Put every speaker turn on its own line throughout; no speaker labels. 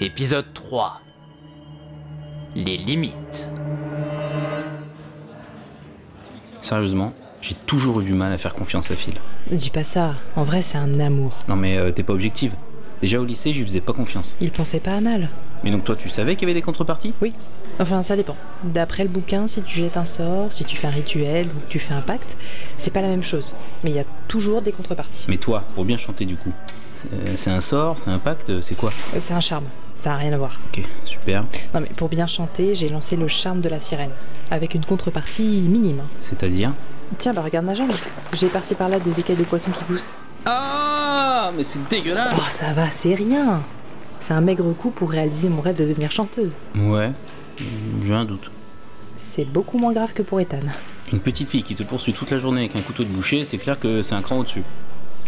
Épisode 3 Les limites.
Sérieusement, j'ai toujours eu du mal à faire confiance à Phil.
Ne dis pas ça. En vrai, c'est un amour.
Non mais euh, t'es pas objective. Déjà au lycée, je lui faisais pas confiance.
Il pensait pas à mal.
Mais donc toi, tu savais qu'il y avait des contreparties
Oui. Enfin, ça dépend. D'après le bouquin, si tu jettes un sort, si tu fais un rituel ou que tu fais un pacte, c'est pas la même chose. Mais il y a toujours des contreparties.
Mais toi, pour bien chanter du coup, c'est- euh, c'est un sort, c'est un pacte, euh, c'est quoi
C'est un charme. Ça a rien à voir.
Ok, super.
Non mais pour bien chanter, j'ai lancé le charme de la sirène. Avec une contrepartie minime.
C'est-à-dire
Tiens, bah regarde ma jambe. J'ai par-ci par-là des écailles de poisson qui poussent.
Ah, mais c'est dégueulasse
Oh, ça va, c'est rien. C'est un maigre coup pour réaliser mon rêve de devenir chanteuse.
Ouais, mm, j'ai un doute.
C'est beaucoup moins grave que pour Ethan.
Une petite fille qui te poursuit toute la journée avec un couteau de boucher, c'est clair que c'est un cran au-dessus.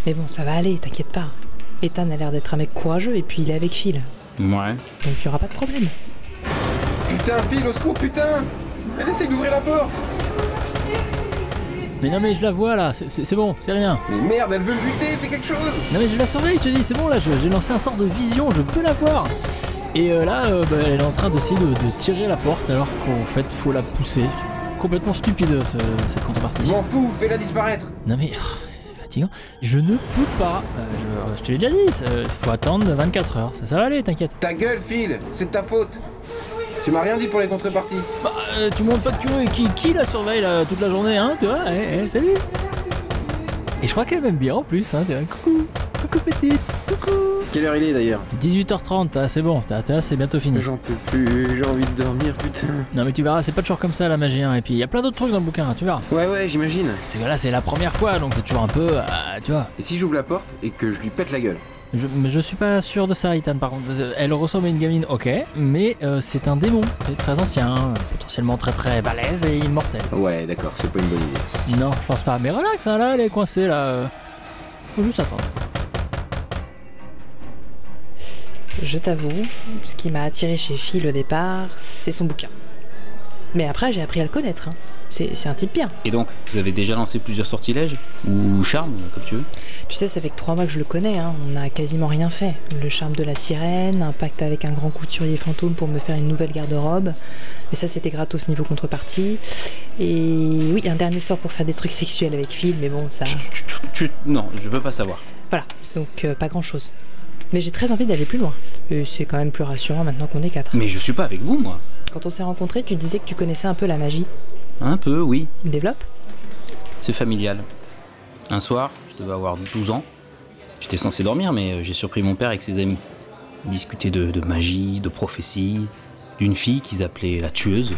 Mais bon, ça va aller, t'inquiète pas. Ethan a l'air d'être un mec courageux et puis il est avec Phil.
Ouais.
Donc il y aura pas de problème.
Putain, Phil, au secours, putain Elle essaye d'ouvrir la porte
Mais non mais je la vois là, c'est- c'est c'est bon, c'est rien.
Mais merde, elle veut me buter, fais quelque chose
Non mais je la surveille, je te dis, c'est bon là, je- j'ai lancé un sort de vision, je peux la voir. Et euh, là, euh, bah, elle est en train d'essayer de, de tirer la porte alors qu'en fait faut la pousser. Complètement stupide euh, ce- cette contrepartie.
Je m'en fous, fais-la disparaître
Non mais fatigant. Je ne peux pas. Euh, je, je te l'ai déjà dit. Il faut attendre 24 heures. Ça, ça va aller, t'inquiète.
Ta gueule, Phil, c'est de ta faute Tu m'as rien dit pour les contreparties
Bah, euh, tu montes pas de culot et qui, qui la surveille là, toute la journée, hein, tu vois Eh, eh, Salut. Et je crois qu'elle m'aime bien en plus, hein. tu vois. Coucou, coucou petite, coucou.
Quelle heure il est d'ailleurs
18h30, ah, c'est bon. T'as, t'as, c'est bientôt fini.
J'en peux plus, j'ai envie de dormir, putain.
Non mais tu verras, c'est pas toujours comme ça la magie. hein. Et puis il y a plein d'autres trucs dans le bouquin, hein, tu verras.
Ouais, ouais, j'imagine.
Parce que là c'est la première fois, donc c'est toujours un peu, ah, tu vois.
Et si j'ouvre la porte et que je lui pète la gueule
Je, mais je suis pas sûr de ça, Ethan, par contre. Parce que Elle ressemble à une gamine, ok, mais euh, c'est un démon. C'est très ancien, hein, potentiellement très très balèze et immortel.
Ouais, d'accord, c'est pas une bonne idée.
Non, je pense pas. Mais relax, hein, là, elle est coincée, là. euh. Faut juste attendre.
Je t'avoue, ce qui m'a attiré chez Phil au départ, c'est son bouquin. Mais après, j'ai appris à le connaître. hein. C'est c'est un type bien.
Et donc, vous avez déjà lancé plusieurs sortilèges Ou charmes, comme tu veux
Tu sais, ça fait que trois mois que je le connais, hein. on n'a quasiment rien fait. Le charme de la sirène, un pacte avec un grand couturier fantôme pour me faire une nouvelle garde-robe. Mais ça, c'était gratos niveau contrepartie. Et oui, un dernier sort pour faire des trucs sexuels avec Phil, mais bon, ça.
Chut, chut, chut, chut. Non, je veux pas savoir.
Voilà, donc euh, pas grand-chose. Mais j'ai très envie d'aller plus loin. Et c'est quand même plus rassurant maintenant qu'on est quatre.
Mais je suis pas avec vous, moi.
Quand on s'est rencontrés, tu disais que tu connaissais un peu la magie.
Un peu, oui.
Développe
C'est familial. Un soir, je devais avoir 12 ans. J'étais censé dormir, mais euh, j'ai surpris mon père avec ses amis. Ils discutaient de, de magie, de prophétie, d'une fille qu'ils appelaient la tueuse.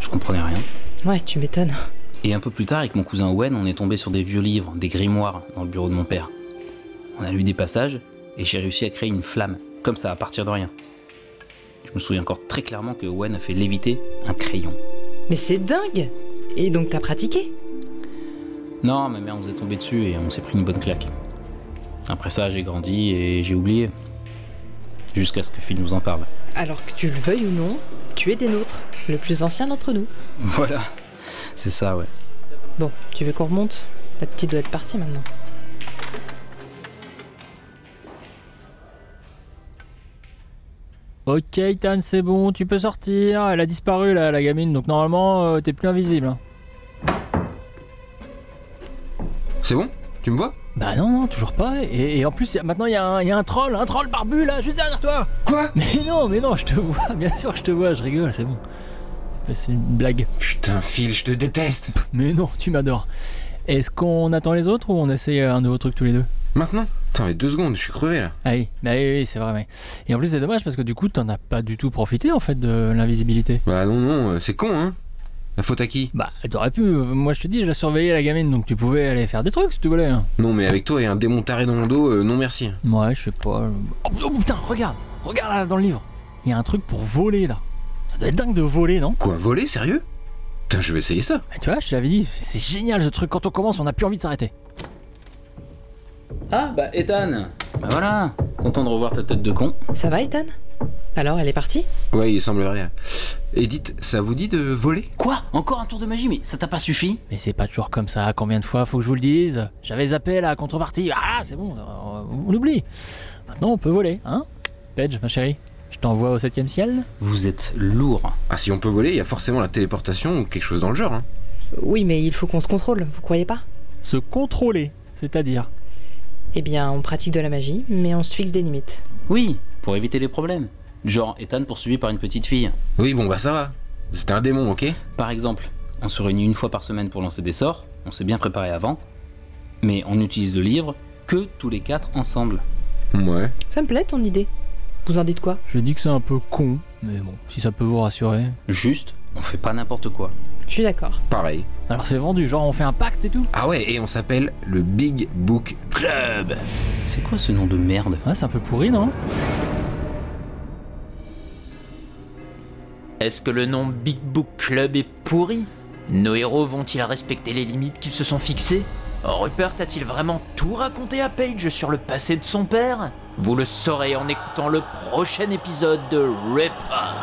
Je comprenais rien.
Ouais, tu m'étonnes.
Et un peu plus tard, avec mon cousin Owen, on est tombé sur des vieux livres, des grimoires, dans le bureau de mon père. On a lu des passages, et j'ai réussi à créer une flamme, comme ça, à partir de rien. Je me souviens encore très clairement que Owen a fait léviter un crayon.
Mais c'est dingue Et donc t'as pratiqué
Non, ma mère nous est tombée dessus et on s'est pris une bonne claque. Après ça, j'ai grandi et j'ai oublié. Jusqu'à ce que Phil nous en parle.
Alors que tu le veuilles ou non, tu es des nôtres, le plus ancien d'entre nous.
Voilà. C'est ça, ouais.
Bon, tu veux qu'on remonte La petite doit être partie maintenant.
Ok, Ethan, c'est bon, tu peux sortir. Elle a disparu, là, la gamine, donc normalement, euh, t'es plus invisible. hein.
C'est bon Tu me vois
Bah non, non, toujours pas. Et, et en plus, y a- maintenant, il y, a un- y a un troll, un troll barbu, là, juste derrière toi.
Quoi
Mais non, mais non, je te vois, bien sûr, que je te vois, je rigole, c'est bon. Mais C'est une blague.
Putain, Phil, je te déteste
Mais non, tu m'adores. Est-ce qu'on attend les autres ou on essaye un nouveau truc tous les deux
Maintenant Attends, mais deux secondes, je suis crevé là.
Ah oui, bah oui, oui, c'est vrai. Mais... Et en plus, c'est dommage parce que du coup, t'en as pas du tout profité en fait de l'invisibilité.
Bah non, non, euh, c'est con, hein La faute à qui
Bah, t'aurais pu. euh, Moi, je te dis, je la surveillais la gamine, donc tu pouvais aller faire des trucs si tu voulais. hein.
Non, mais avec toi et un démon taré dans le dos, euh, non merci.
Ouais, je sais pas. euh, Oh, oh, putain, regarde, regarde là dans le livre. Il y a un truc pour voler là. Ça doit être dingue de voler, non
Quoi, voler Sérieux Putain, je vais essayer ça.
Bah, Tu vois, je te l'avais dit, c'est génial ce truc. Quand on commence, on a plus envie de s'arrêter.
Ah, bah, Ethan Bah voilà Content de revoir ta tête de con.
Ça va, Ethan Alors, elle est partie
Ouais, il semblerait. Edith, ça vous dit de voler
Quoi Encore un tour de magie Mais ça t'a pas suffi
Mais c'est pas toujours comme ça, combien de fois faut que je vous le dise J'avais zappé la contrepartie, ah c'est bon, on on oublie Maintenant on peut voler, hein Page, ma chérie Je t'envoie au septième ciel
Vous êtes lourd.
Ah, si on peut voler, il y a forcément la téléportation ou quelque chose dans le genre. Hein.
Oui, mais il faut qu'on se contrôle, vous croyez pas
Se contrôler, c'est-à-dire.
Eh bien, on pratique de la magie, mais on se fixe des limites.
Oui, pour éviter les problèmes. Genre Ethan poursuivi par une petite fille.
Oui, bon, bah ça va. C'était un démon, ok
Par exemple, on se réunit une fois par semaine pour lancer des sorts, on s'est bien préparé avant, mais on n'utilise le livre que tous les quatre ensemble.
Ouais.
Ça me plaît ton idée. Vous en dites quoi
Je dis que c'est un peu con, mais bon, si ça peut vous rassurer.
Juste, on fait pas n'importe quoi.
Je suis d'accord.
Pareil.
Alors c'est vendu, genre on fait un pacte et tout
Ah ouais, et on s'appelle le Big Book Club.
C'est quoi ce nom de merde
Ouais, c'est un peu pourri, non
Est-ce que le nom Big Book Club est pourri Nos héros vont-ils respecter les limites qu'ils se sont fixées Rupert a-t-il vraiment tout raconté à Paige sur le passé de son père Vous le saurez en écoutant le prochain épisode de Ripper.